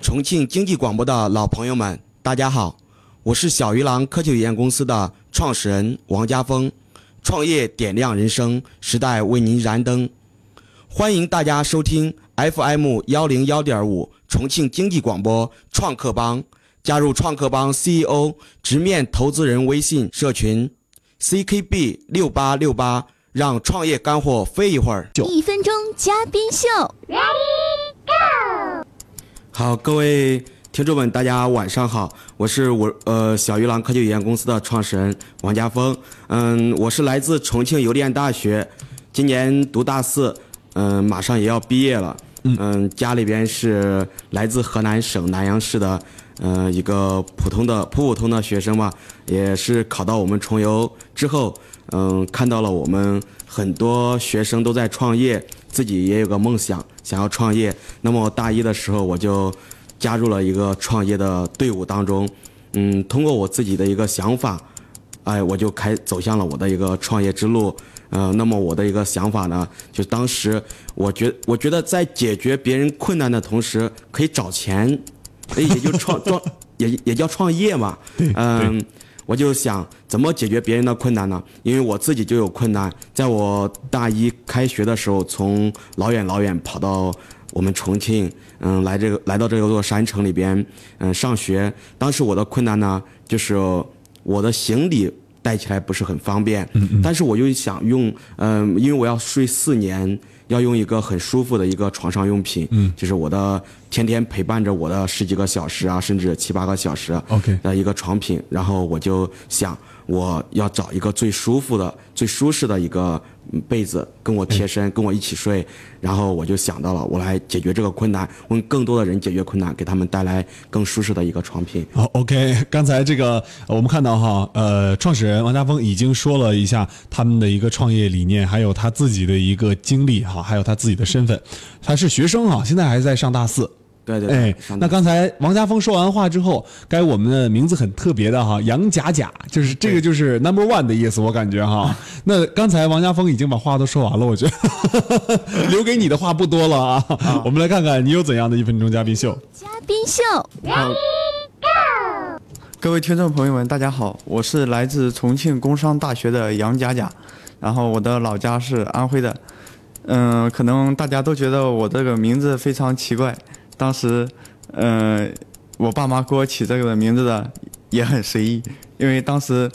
重庆经济广播的老朋友们，大家好，我是小鱼郎科技有限公司的创始人王家峰。创业点亮人生，时代为您燃灯。欢迎大家收听 FM 幺零幺点五重庆经济广播创客帮，加入创客帮 CEO 直面投资人微信社群 CKB 六八六八，让创业干货飞一会儿。一分钟嘉宾秀，好，各位听众们，大家晚上好，我是我呃小鱼郎科技有限公司的创始人王家峰，嗯，我是来自重庆邮电大学，今年读大四，嗯，马上也要毕业了，嗯，家里边是来自河南省南阳市的，呃，一个普通的普普通的学生吧，也是考到我们重邮之后，嗯，看到了我们很多学生都在创业，自己也有个梦想，想要创业。那么我大一的时候，我就加入了一个创业的队伍当中。嗯，通过我自己的一个想法，哎，我就开走向了我的一个创业之路。呃，那么我的一个想法呢，就当时我觉我觉得在解决别人困难的同时，可以找钱，哎，也就创创也也叫创业嘛。嗯，我就想怎么解决别人的困难呢？因为我自己就有困难，在我大一开学的时候，从老远老远跑到我们重庆，嗯，来这个来到这座山城里边，嗯，上学。当时我的困难呢，就是我的行李带起来不是很方便，但是我又想用，嗯、因为我要睡四年。要用一个很舒服的一个床上用品，嗯，就是我的天天陪伴着我的十几个小时啊，甚至七八个小时啊 OK 的一个床品，然后我就想我要找一个最舒服的、最舒适的一个嗯被子跟我贴身，跟我一起睡，然后我就想到了我来解决这个困难，为更多的人解决困难，给他们带来更舒适的一个床品。好，OK，刚才这个呃我们看到哈，呃，创始人王家峰已经说了一下他们的一个创业理念，还有他自己的一个经历哈，还有他自己的身份，他是学生哈，现在还在上大四。对对对，哎上，那刚才王家峰说完话之后，该我们的名字很特别的哈，杨甲甲，就是这个就是 number one 的意思，我感觉 哈。那刚才王家峰已经把话都说完了，我觉 得留给你的话不多了啊。我们来看看你有怎样的一分钟嘉宾秀。嘉宾秀，好，各位听众朋友们，大家好，我是来自重庆工商大学的杨甲甲，然后我的老家是安徽的，嗯、可能大家都觉得我这个名字非常奇怪，当时，嗯、我爸妈给我起这个名字的也很随意，因为当时，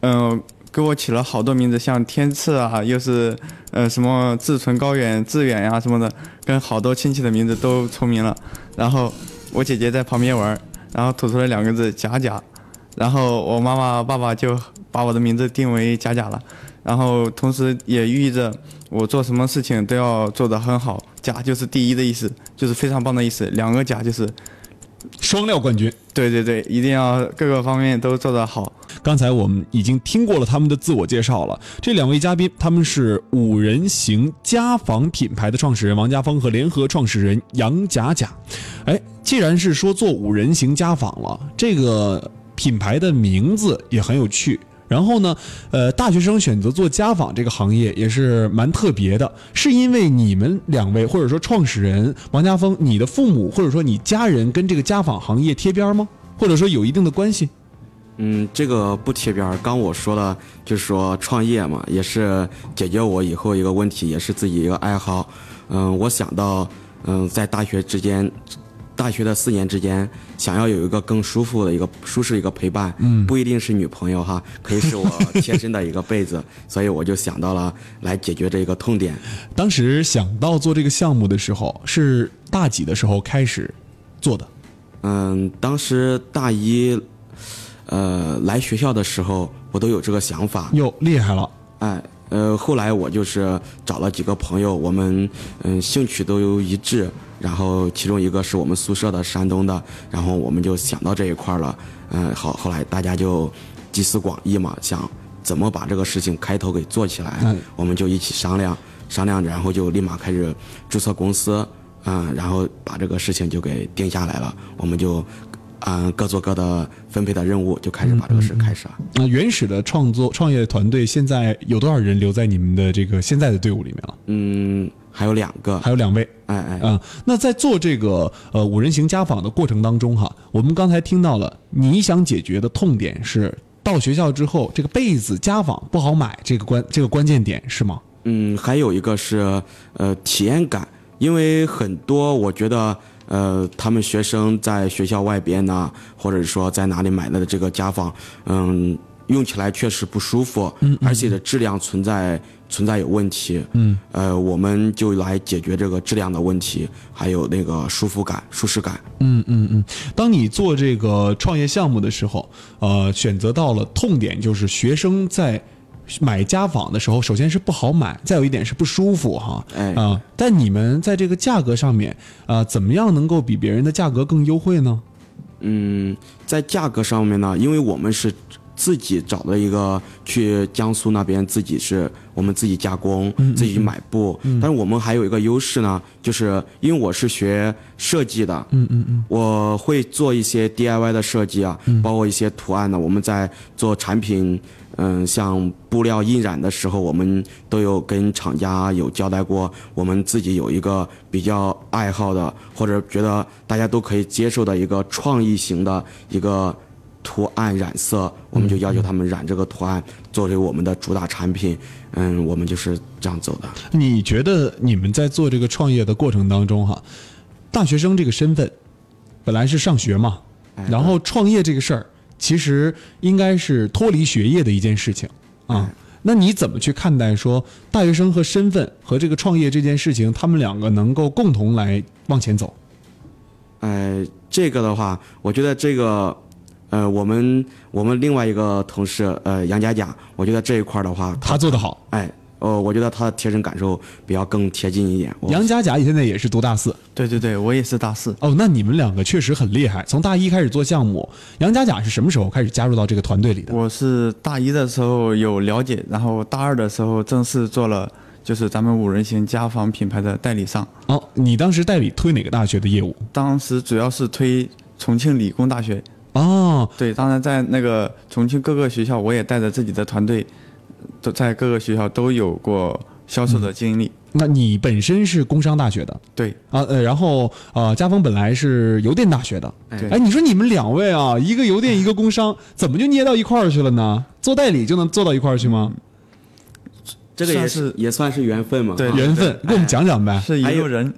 嗯、给我起了好多名字，像天赐啊，又是呃什么志存高远、致远呀、啊什么的，跟好多亲戚的名字都重名了。然后我姐姐在旁边玩儿，然后吐出了两个字“假假”，然后我妈妈、爸爸就把我的名字定为“假假”了。然后同时也寓意着我做什么事情都要做得很好，“假”就是第一的意思，就是非常棒的意思。两个“假”就是双料冠军。对对对，一定要各个方面都做得好。刚才我们已经听过了他们的自我介绍了，这两位嘉宾他们是五人行家纺品牌的创始人王家峰和联合创始人杨甲甲。哎，既然是说做五人行家纺了，这个品牌的名字也很有趣。然后呢，呃，大学生选择做家纺这个行业也是蛮特别的，是因为你们两位或者说创始人王家峰，你的父母或者说你家人跟这个家纺行业贴边儿吗？或者说有一定的关系？嗯，这个不贴边儿。刚我说了，就是说创业嘛，也是解决我以后一个问题，也是自己一个爱好。嗯，我想到，嗯，在大学之间，大学的四年之间，想要有一个更舒服的一个舒适一个陪伴，嗯，不一定是女朋友哈，可以是我贴身的一个被子，所以我就想到了来解决这个痛点。当时想到做这个项目的时候，是大几的时候开始做的？嗯，当时大一，呃，来学校的时候，我都有这个想法，哟，厉害了！哎，呃，后来我就是找了几个朋友，我们嗯兴趣都有一致，然后其中一个是我们宿舍的山东的，然后我们就想到这一块儿了，嗯、好，后来大家就集思广益嘛，想怎么把这个事情开头给做起来，嗯我们就一起商量商量，然后就立马开始注册公司，嗯，然后把这个事情就给定下来了，我们就。嗯，各做各的分配的任务，就开始把这个事开始了。那呃原始的创作创业团队现在有多少人留在你们的这个现在的队伍里面了？嗯，还有两个，还有两位。哎哎，啊、那在做这个呃五人行家访的过程当中哈，我们刚才听到了你想解决的痛点是到学校之后这个被子家访不好买这个关这个关键点是吗？嗯，还有一个是呃体验感，因为很多我觉得呃他们学生在学校外边呢，或者说在哪里买的这个家纺，嗯，用起来确实不舒服，嗯而且的质量存在存在有问题，嗯，呃，我们就来解决这个质量的问题，还有那个舒服感、舒适感。嗯嗯嗯。当你做这个创业项目的时候，呃，选择到了痛点就是学生在。买家纺的时候，首先是不好买，再有一点是不舒服哈，哎啊、但你们在这个价格上面，啊、怎么样能够比别人的价格更优惠呢？嗯，在价格上面呢，因为我们是自己找的一个去江苏那边自己是我们自己加工，自己买布，但是我们还有一个优势呢，就是因为我是学设计的，嗯嗯嗯，我会做一些 DIY 的设计啊，包括一些图案呢，啊我们在做产品。嗯，像布料印染的时候，我们都有跟厂家有交代过，我们自己有一个比较爱好的，或者觉得大家都可以接受的一个创意型的一个图案染色，我们就要求他们染这个图案作为我们的主打产品。嗯，我们就是这样走的。你觉得你们在做这个创业的过程当中，哈，大学生这个身份，本来是上学嘛，然后创业这个事儿，其实应该是脱离学业的一件事情啊。那你怎么去看待说大学生和身份和这个创业这件事情，他们两个能够共同来往前走？呃，这个的话，我觉得这个，呃，我们我们另外一个同事，呃，杨佳佳，我觉得这一块儿的话，他做得好，哎，呃，我觉得他的贴身感受比较更贴近一点。我杨佳佳现在也是读大四对对对，我也是大四，哦。那你们两个确实很厉害，从大一开始做项目。杨佳佳是什么时候开始加入到这个团队里的？我是大一的时候有了解，然后大二的时候正式做了，就是咱们五人行家纺品牌的代理商。哦，你当时代理推哪个大学的业务？当时主要是推重庆理工大学，哦，对，当然在那个重庆各个学校，我也带着自己的团队，都在各个学校都有过销售的嗯经历。那你本身是工商大学的对，啊，呃，然后呃，家峰本来是邮电大学的，对哎，你说你们两位啊，一个邮电，一个工商，怎么就捏到一块儿去了呢？做代理就能做到一块儿去吗？这个也算是也算是缘分嘛。对啊缘分，给我们讲讲呗。嗯哎是一路人。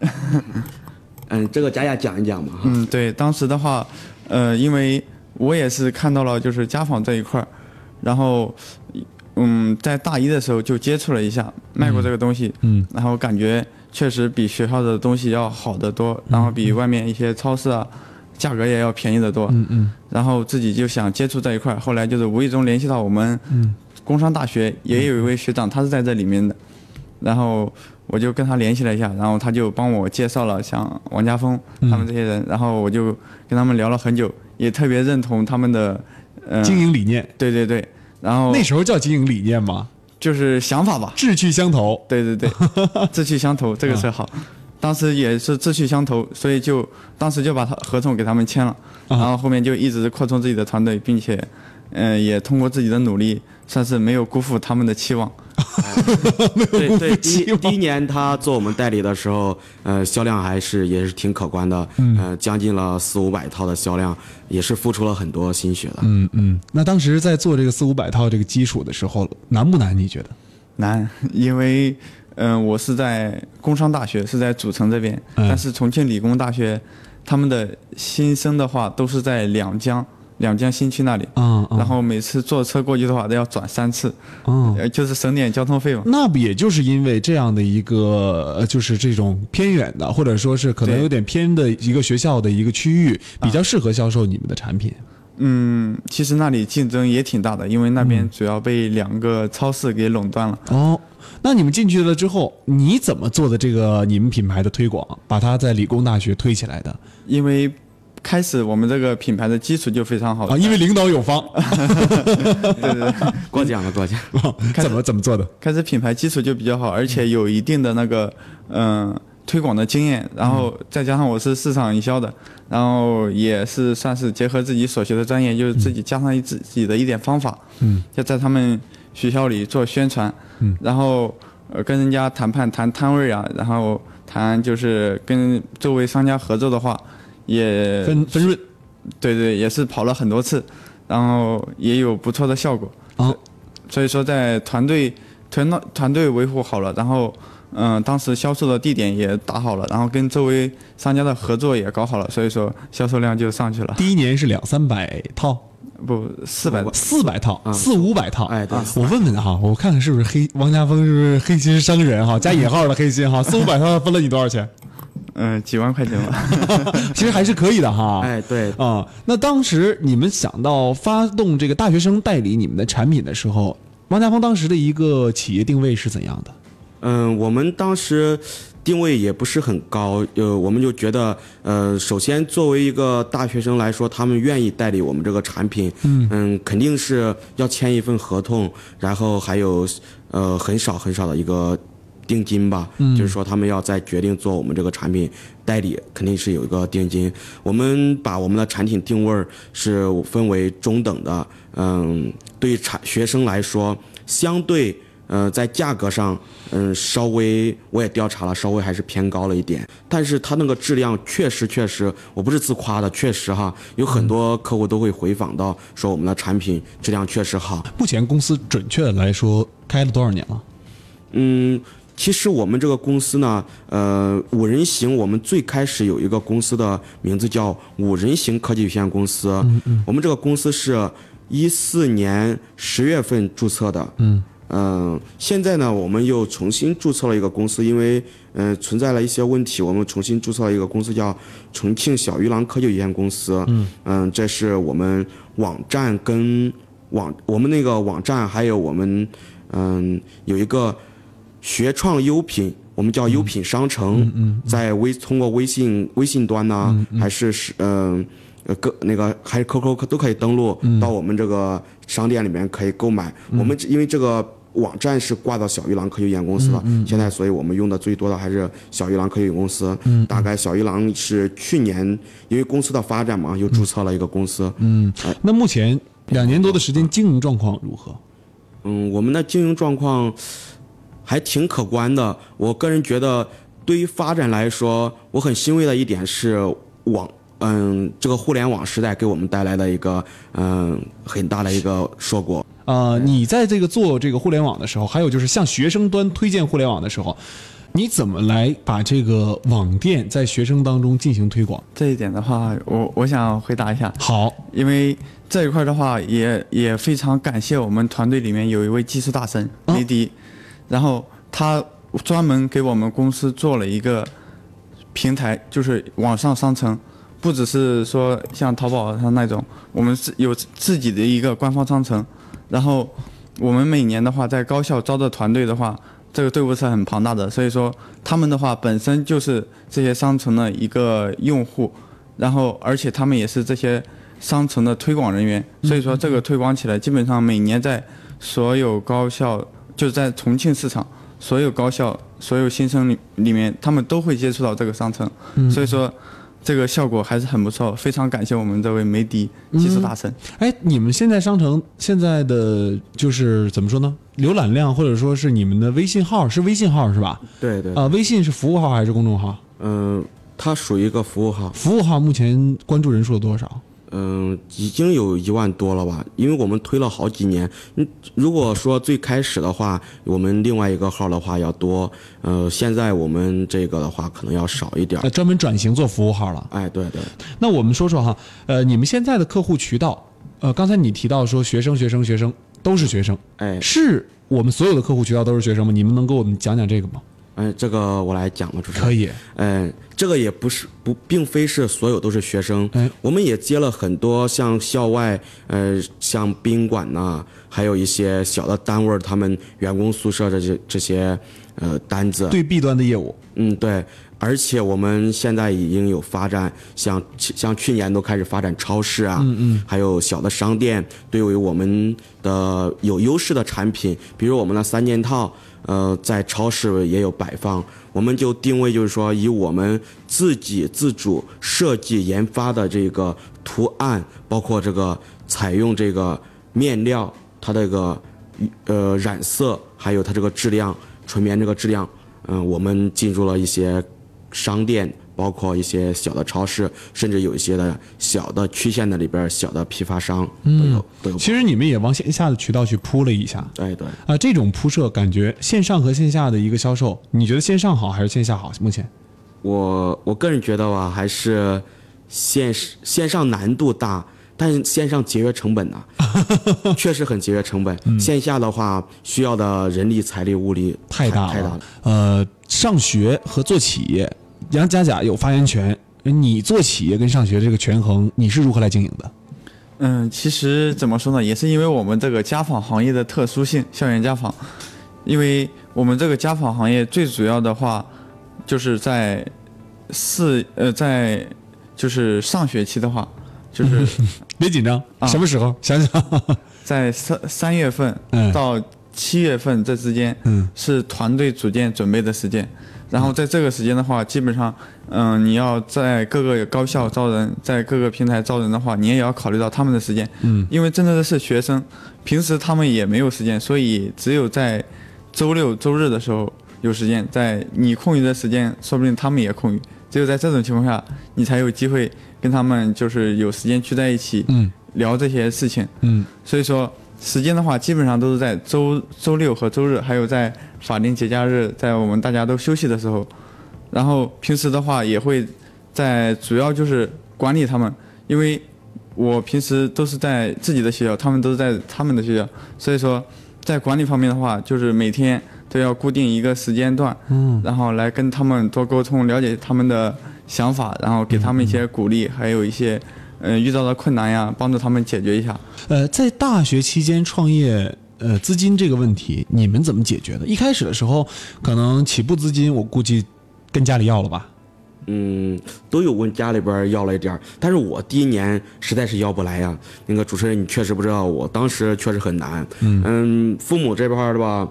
嗯，这个佳佳讲一讲嘛。哈。 嗯，对，当时的话，呃，因为我也是看到了就是家纺这一块儿，然后，嗯，在大一的时候就接触了一下，卖过这个东西，嗯，然后感觉确实比学校的东西要好得多，然嗯后比外面一些超市啊，价格也要便宜得多，嗯嗯然后自己就想接触这一块儿，后来就是无意中联系到我们嗯工商大学也有一位学长，他是在这里面的，然后我就跟他联系了一下，然后他就帮我介绍了像王家峰嗯他们这些人，然后我就跟他们聊了很久，也特别认同他们的，嗯、经营理念，对对对，然后那时候叫经营理念吗？就是想法吧，志趣相投。对对对，志趣相投这个词好。当时也是志趣相投，所以就当时就把他合同给他们签了，然后后面就一直扩充自己的团队，并且，嗯、也通过自己的努力，算是没有辜负他们的期望。对对，第期一望第一年他做我们代理的时候，呃，销量还是也是挺可观的，嗯、呃，将近了四五百套的销量，也是付出了很多心血的。嗯嗯，那当时在做这个四五百套这个基础的时候，难不难？你觉得？难， 因为嗯、呃我是在工商大学，是在主城这边，嗯但是重庆理工大学他们的新生的话都是在两江两江新区那里，嗯嗯然后每次坐车过去的话都要转三次，嗯，呃，就是省点交通费嘛。那不也就是因为这样的一个，呃就是这种偏远的，或者说是可能对有点偏的一个学校的一个区域，比较适合销售你们的产品。嗯，其实那里竞争也挺大的，因为那边主要被两个超市给垄断了。哦，那你们进去了之后，你怎么做的这个你们品牌的推广，把它在理工大学推起来的因为开始我们这个品牌的基础就非常好啊？因为领导有方，对对对，过奖了，过奖。怎么怎么做的？开始品牌基础就比较好，而嗯且有一定的那个嗯、推广的经验，然后再加上我是市场营销的，然后也是算是结合自己所学的专业，就是自己加上一自己的一点方法，嗯，就在他们学校里做宣传，嗯，然后呃跟人家谈判谈摊位啊，然后谈就是跟周围商家合作的话，也分分润对对也是跑了很多次，然后也有不错的效果。啊，所以说在团队团队团队维护好了，然后嗯、当时销售的地点也打好了，然后跟周围商家的合作也搞好了，所以说销售量就上去了。第一年是两三百套，不，四百四百套，四五百套。哎对啊我问问哈，我看看是不是黑王家峰是不是黑心商人哈，加引号的黑心哈，四五百套分了你多少钱？嗯、几万块钱吧。其实还是可以的哈。哎，对，啊、那当时你们想到发动这个大学生代理你们的产品的时候，王家峰当时的一个企业定位是怎样的？嗯，我们当时定位也不是很高，呃，我们就觉得，呃，首先作为一个大学生来说，他们愿意代理我们这个产品，嗯肯定是要签一份合同，然后还有呃很少很少的一个定金吧，就是说他们要再决定做我们这个产品代理，肯定是有一个定金。我们把我们的产品定位儿是分为中等的，嗯，对于产学生来说，相对。呃，在价格上，嗯，稍微我也调查了，稍微还是偏高了一点。但是它那个质量确实确实，我不是自夸的，确实哈，有很多客户都会回访到说我们的产品质量确实好。目前公司准确来说开了多少年了？嗯，其实我们这个公司呢，呃，五人行，我们最开始有一个公司的名字叫五人行科技有限公司。嗯嗯。我们这个公司是一四年十月份注册的。嗯。嗯，现在呢，我们又重新注册了一个公司，因为嗯、呃存在了一些问题，我们重新注册了一个公司叫重庆小鱼郎科技有限公司。嗯嗯，这是我们网站跟网我们那个网站还有我们嗯有一个学创优品，我们叫优品商城，在微通过微信微信端呢，还是是嗯。呃，各那个还是 QQ 都可以登录、到我们这个商店里面可以购买。我们因为这个网站是挂到小鱼郎科技有限公司的，现在所以我们用的最多的还是小鱼郎科技有限公司。大概小鱼郎是去年因为公司的发展嘛，又注册了一个公司。嗯，那目前两年多的时间经营状况如何？嗯，我们的经营状况还挺可观的。我个人觉得，对于发展来说，我很欣慰的一点是网，嗯，这个互联网时代给我们带来的一个嗯很大的一个硕果。呃，你在这个做这个互联网的时候，还有就是向学生端推荐互联网的时候，你怎么来把这个网店在学生当中进行推广？这一点的话，我我想回答一下，好，因为这一块的话也也非常感谢我们团队里面有一位技术大神嗯雷迪，然后他专门给我们公司做了一个平台，就是网上商城，不只是说像淘宝上那种，我们是有自己的一个官方商城，然后我们每年的话在高校招的团队的话。这个队伍是很庞大的，所以说他们的话本身就是这些商城的一个用户，然后而且他们也是这些商城的推广人员，所以说这个推广起来，基本上每年在所有高校，就在重庆市场所有高校、所有新生里里面，他们都会接触到这个商城，所以说这个效果还是很不错，非常感谢我们这位梅迪技术大神。哎，你们现在商城现在的就是怎么说呢？浏览量或者说是你们的微信号是微信号是吧？对对，啊、微信是服务号还是公众号？嗯、它属于一个服务号，服务号目前关注人数有多少？嗯、已经有一万多了吧，因为我们推了好几年。嗯，如果说最开始的话，我们另外一个号的话要多，呃，现在我们这个的话可能要少一点儿呃，。专门转型做服务号了。哎，对对。那我们说说哈，呃，你们现在的客户渠道，呃，刚才你提到说学生、学生、学生都是学生，哎是我们所有的客户渠道都是学生吗？你们能给我们讲讲这个吗？嗯，这个我来讲吧，主持人。可以，嗯，这个也不是不，并非是所有都是学生。哎我们也接了很多像校外，呃，像宾馆呐、还有一些小的单位儿，他们员工宿舍这些这些呃单子。对 B 端的业务，嗯，对。而且我们现在已经有发展，像像去年都开始发展超市啊，嗯嗯，还有小的商店，对于我们的有优势的产品，比如我们的三件套，呃，在超市也有摆放。我们就定位就是说，以我们自己自主设计研发的这个图案，包括这个采用这个面料，它这个呃染色，还有它这个质量纯棉这个质量，嗯，我们进入了一些商店，包括一些小的超市，甚至有一些的小的区县的里边儿小的批发商都有、都有。哎嗯其实你们也往线下的渠道去铺了一下啊、对对，这种铺设感觉线上和线下的一个销售，你觉得线上好还是线下好？目前我我个人觉得吧，还是线线上难度大，但是线上节约成本 呐、确实很节约成本。嗯线下的话，需要的人力、财力、物力太大了，太大了。呃，上学和做企业，杨佳佳有发言权。你做企业跟上学这个权衡，你是如何来经营的？嗯，其实怎么说呢，也是因为我们这个家纺行业的特殊性，校园家纺，因为我们这个家纺行业最主要的话，就是在四呃在就是上学期的话，就是别紧张，啊什么时候？想想， 在三三月份嗯到七月份这之间，嗯是团队组建准备的时间。然后在这个时间的话，基本上，嗯、你要在各个高校招人，在各个平台招人的话，你也要考虑到他们的时间，嗯，因为真的是学生，平时他们也没有时间，所以只有在周六周日的时候有时间，在你空余的时间，说不定他们也空余。只有在这种情况下，你才有机会跟他们就是有时间聚在一起嗯聊这些事情。嗯，所以说时间的话，基本上都是在周周六和周日，还有在法定节假日，在我们大家都休息的时候。然后平时的话，也会在主要就是管理他们，因为我平时都是在自己的学校，他们都是在他们的学校，所以说在管理方面的话，就是每天都要固定一个时间段，嗯，然后来跟他们多沟通，了解他们的想法，然后给他们一些鼓励，还有一些嗯、呃遇到的困难呀，帮助他们解决一下。呃，在大学期间创业，呃，资金这个问题你们怎么解决的？一开始的时候，可能起步资金我估计跟家里要了吧？嗯，都有问家里边儿要了一点儿，但是我第一年实在是要不来呀、啊那个主持人，你确实不知道，我当时确实很难。嗯父母这边儿的吧，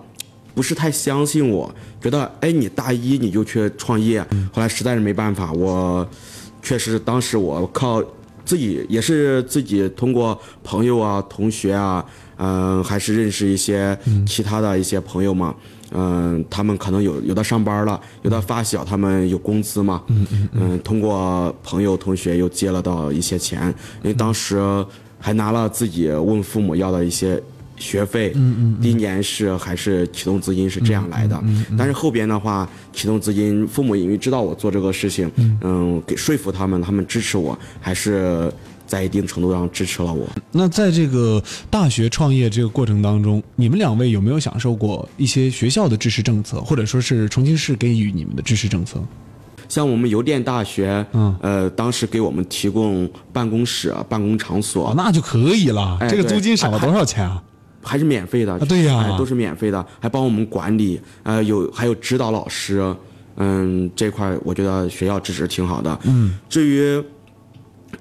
不是太相信我，觉得哎，你大一你就去创业，后来实在是没办法，我确实当时我靠自己，也是自己通过朋友啊、同学啊，嗯、还是认识一些其他的一些朋友嘛。嗯，他们可能有有的上班了，有的发小，他们有工资嘛。嗯嗯通过朋友同学又借了到一些钱，因为当时还拿了自己问父母要的一些学费。嗯嗯第一年是还是启动资金是这样来的，但是后边的话，启动资金，父母因为知道我做这个事情，嗯，给说服他们，他们支持我，还是在一定程度上支持了我。那在这个大学创业这个过程当中，你们两位有没有享受过一些学校的支持政策，或者说是重庆市给予你们的支持政策？像我们邮电大学，嗯呃，当时给我们提供办公室、啊、办公场所，哦，那就可以了。哎这个对哎租金少了多少钱啊？还是免费的，对呀哎都是免费的，还帮我们管理，呃，有还有指导老师，嗯，这块儿我觉得学校支持挺好的。嗯，至于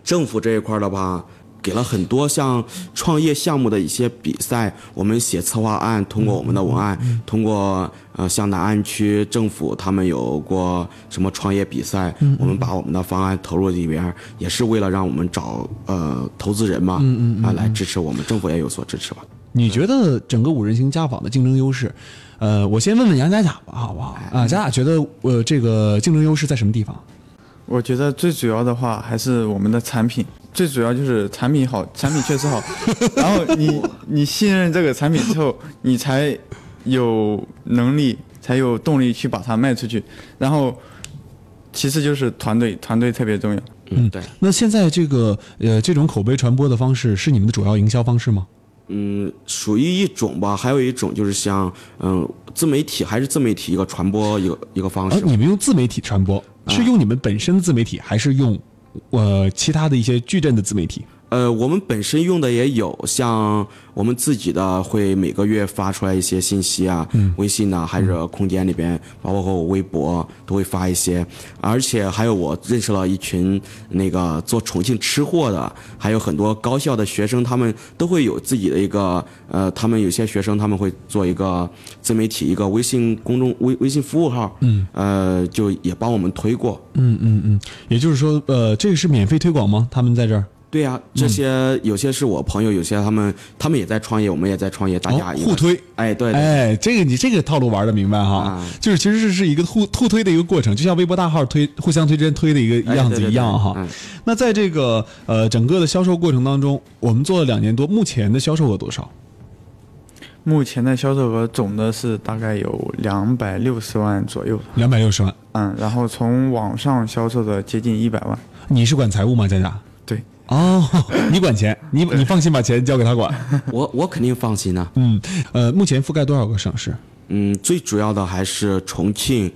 政府这一块儿的话，给了很多像创业项目的一些比赛，我们写策划案，通过我们的文嗯案，通过呃像南岸区政府他们有过什么创业比赛，嗯我们把我们的方案投入里边儿，也是为了让我们找呃投资人嘛，嗯啊来支持我们，政府也有所支持吧。你觉得整个五人行家纺的竞争优势？呃，我先问问杨佳佳吧，好不好？哎嗯啊，佳佳觉得呃这个竞争优势在什么地方？我觉得最主要的话还是我们的产品，最主要就是产品好，产品确实好。然后你你信任这个产品之后，你才有能力，才有动力去把它卖出去。然后其次就是团队，团队特别重要。嗯，对，那现在这个呃这种口碑传播的方式是你们的主要营销方式吗？嗯，属于一种吧，还有一种就是像嗯自媒体，还是自媒体一个传播一个一个方啊，式吧。你们用自媒体传播，啊是用你们本身的自媒体，还是用呃其他的一些矩阵的自媒体？呃，我们本身用的也有，像我们自己的会每个月发出来一些信息啊，微信呐、还是空间里边，包括我微博都会发一些，而且还有我认识了一群那个做重庆吃货的，还有很多高校的学生，他们都会有自己的一个呃，他们有些学生他们会做一个自媒体一个微信公众微微信服务号，嗯，呃，就也帮我们推过，嗯嗯嗯，也就是说，呃，这个是免费推广吗？他们在这儿？对呀、这些有些是我朋友，有些他们他们也在创业，我们也在创业，大哦家一块互。推。哎，对，对哎，这个你这个套路玩的明白哈，啊就是其实是是一个互互推的一个过程，就像微博大号推互相推之间推的一个哎样子对对一样啊对哈。嗯那在这个呃整个的销售过程当中，我们做了两年多，目前的销售额多少？目前的销售额总的是大概有两百六十万左右，两百六十万。嗯，然后从网上销售的接近一百万，你是管财务吗，佳佳？对，哦， 你管钱，你你放心把钱交给他管。我我肯定放心呐、嗯，呃，目前覆盖多少个省市？嗯，最主要的还是重庆，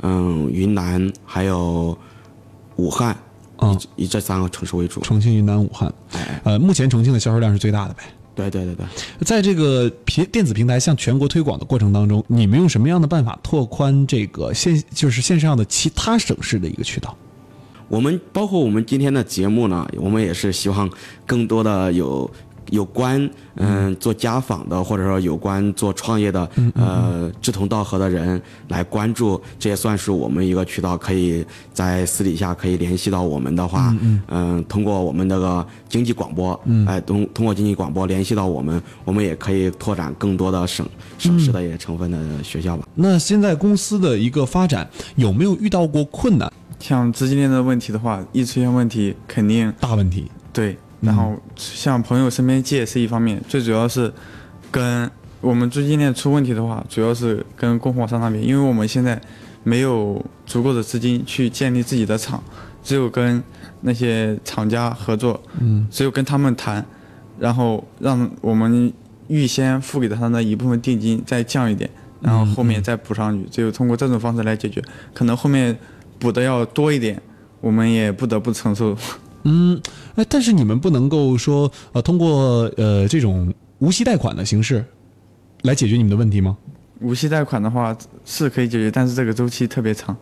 嗯，云南还有武汉，啊、以这三个城市为主。重庆、云南、武汉。哎呃，目前重庆的销售量是最大的呗。对对对对。在这个平电子平台向全国推广的过程当中，你们用什么样的办法拓宽这个线，就是线上的其他省市的一个渠道？我们包括我们今天的节目呢，我们也是希望更多的有有关嗯、做家访的，或者说有关做创业的呃志同道合的人来关注，这也算是我们一个渠道，可以在私底下可以联系到我们的话，嗯通过我们这个经济广播，哎通通过经济广播联系到我们，我们也可以拓展更多的省省市的一些成分的学校吧。那现在公司的一个发展有没有遇到过困难？像资金链的问题的话，一出现问题肯定大问题？对，然后向朋友身边借是一方面，最主要是跟我们资金链出问题的话，主要是跟供货商那边，因为我们现在没有足够的资金去建立自己的厂，只有跟那些厂家合作，嗯，只有跟他们谈，然后让我们预先付给他的一部分定金再降一点，然后后面再补上去，只有通过这种方式来解决，可能后面补的要多一点，我们也不得不承受。嗯，哎，但是你们不能够说呃，通过呃这种无息贷款的形式来解决你们的问题吗？无息贷款的话是可以解决，但是这个周期特别长。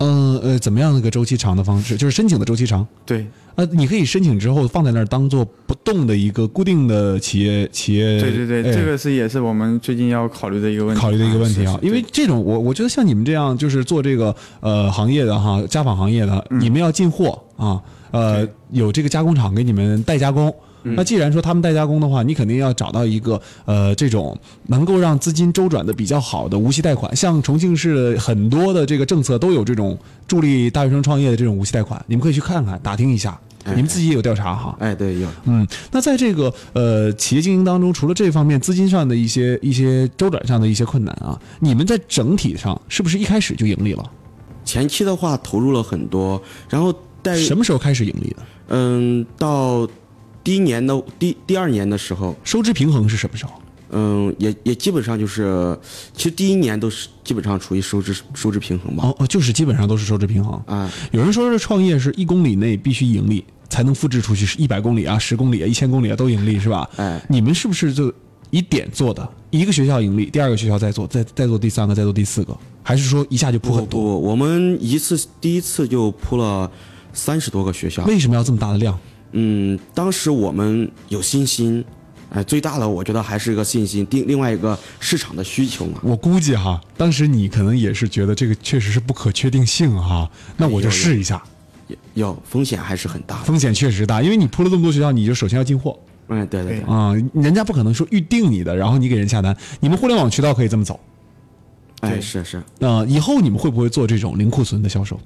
嗯呃，怎么样一个周期长的方式？就是申请的周期长。对呃，你可以申请之后放在那儿当做不动的一个固定的企业企业。对对对，哎这个是也是我们最近要考虑的一个问题。哎考虑的一个问题啊，因为这种我我觉得像你们这样就是做这个呃行业的哈，家纺行业的，嗯你们要进货啊，呃，有这个加工厂给你们代加工。嗯那既然说他们代加工的话，你肯定要找到一个呃这种能够让资金周转的比较好的无息贷款。像重庆市的很多的这个政策都有这种助力大学生创业的这种无息贷款，你们可以去看看打听一下，哎你们自己也有调查哈。哎，对，有。嗯，那在这个呃企业经营当中，除了这方面资金上的一些一些周转上的一些困难啊，你们在整体上是不是一开始就盈利了？前期的话投入了很多，然后带什么时候开始盈利的？嗯，到第一年的第第二年的时候，收支平衡是什么时候？嗯，也也基本上就是，其实第一年都是基本上处于收支收支平衡吧。哦哦，就是基本上都是收支平衡。啊，有人说这创业是一公里内必须盈利，才能复制出去，是一百公里啊、十公里啊、一千公里啊都盈利是吧？哎，你们是不是就以点做的？一个学校盈利，第二个学校再做，再再做第三个，再做第四个，还是说一下就铺不很不，多？我们一次第一次就铺了三十多个学校。为什么要这么大的量？嗯，当时我们有信心，哎，最大的我觉得还是一个信心，另另外一个市场的需求嘛。我估计哈，当时你可能也是觉得这个确实是不可确定性哈，那我就试一下，有风险还是很大的。风险确实大，因为你铺了这么多学校，你就首先要进货嗯，对对对对，啊、人家不可能说预定你的，然后你给人下单，你们互联网渠道可以这么走。哎，是是，那、以后你们会不会做这种零库存的销售？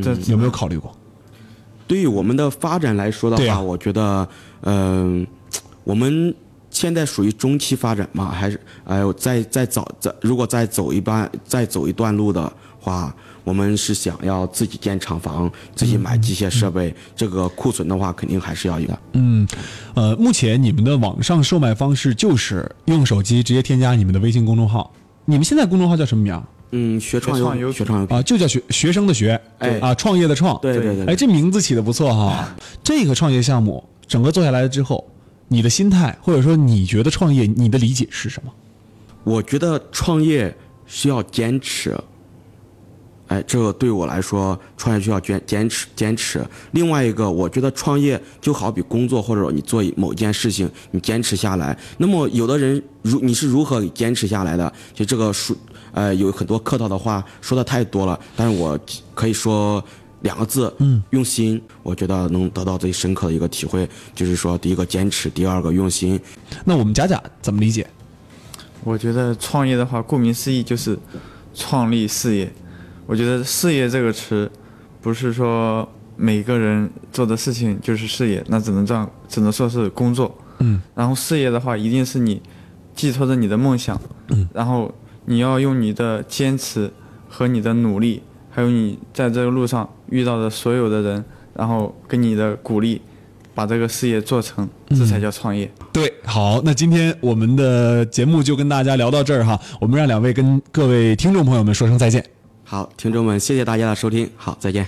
这有没有考虑过？对于我们的发展来说的对话，啊我觉得，嗯、我们现在属于中期发展嘛，还是哎呦，再再早再如果再走一半再走一段路的话，我们是想要自己建厂房，自己买机械设备，这个库存的话肯定还是要有的。嗯，呃，目前你们的网上售卖方式就是用手机直接添加你们的微信公众号，你们现在公众号叫什么名儿？嗯，学创创优优学创优品，啊，就叫学学生的学，哎啊，创业的创，对对对哎，这名字起的不错哈。这个创业项目整个做下来之后，你的心态或者说你觉得创业你的理解是什么？我觉得创业需要坚持。哎，这个对我来说，创业需要坚坚持坚持。另外一个，我觉得创业就好比工作，或者你做某件事情，你坚持下来。那么，有的人如你是如何坚持下来的？就这个说，呃，有很多客套的话说的太多了，但是我可以说两个字，嗯，用心，我觉得能得到最深刻的一个体会，就是说，第一个坚持，第二个用心，那我们贾贾怎么理解？我觉得创业的话，顾名思义就是创立事业。我觉得“事业”这个词，不是说每个人做的事情就是事业，那只能这样，只能说是工作。嗯。然后事业的话，一定是你寄托着你的梦想，嗯，然后你要用你的坚持和你的努力，还有你在这个路上遇到的所有的人，然后给你的鼓励，把这个事业做成，这才叫创业。对，好，那今天我们的节目就跟大家聊到这儿哈，我们让两位跟各位听众朋友们说声再见。好，听众们，谢谢大家的收听，好，再见。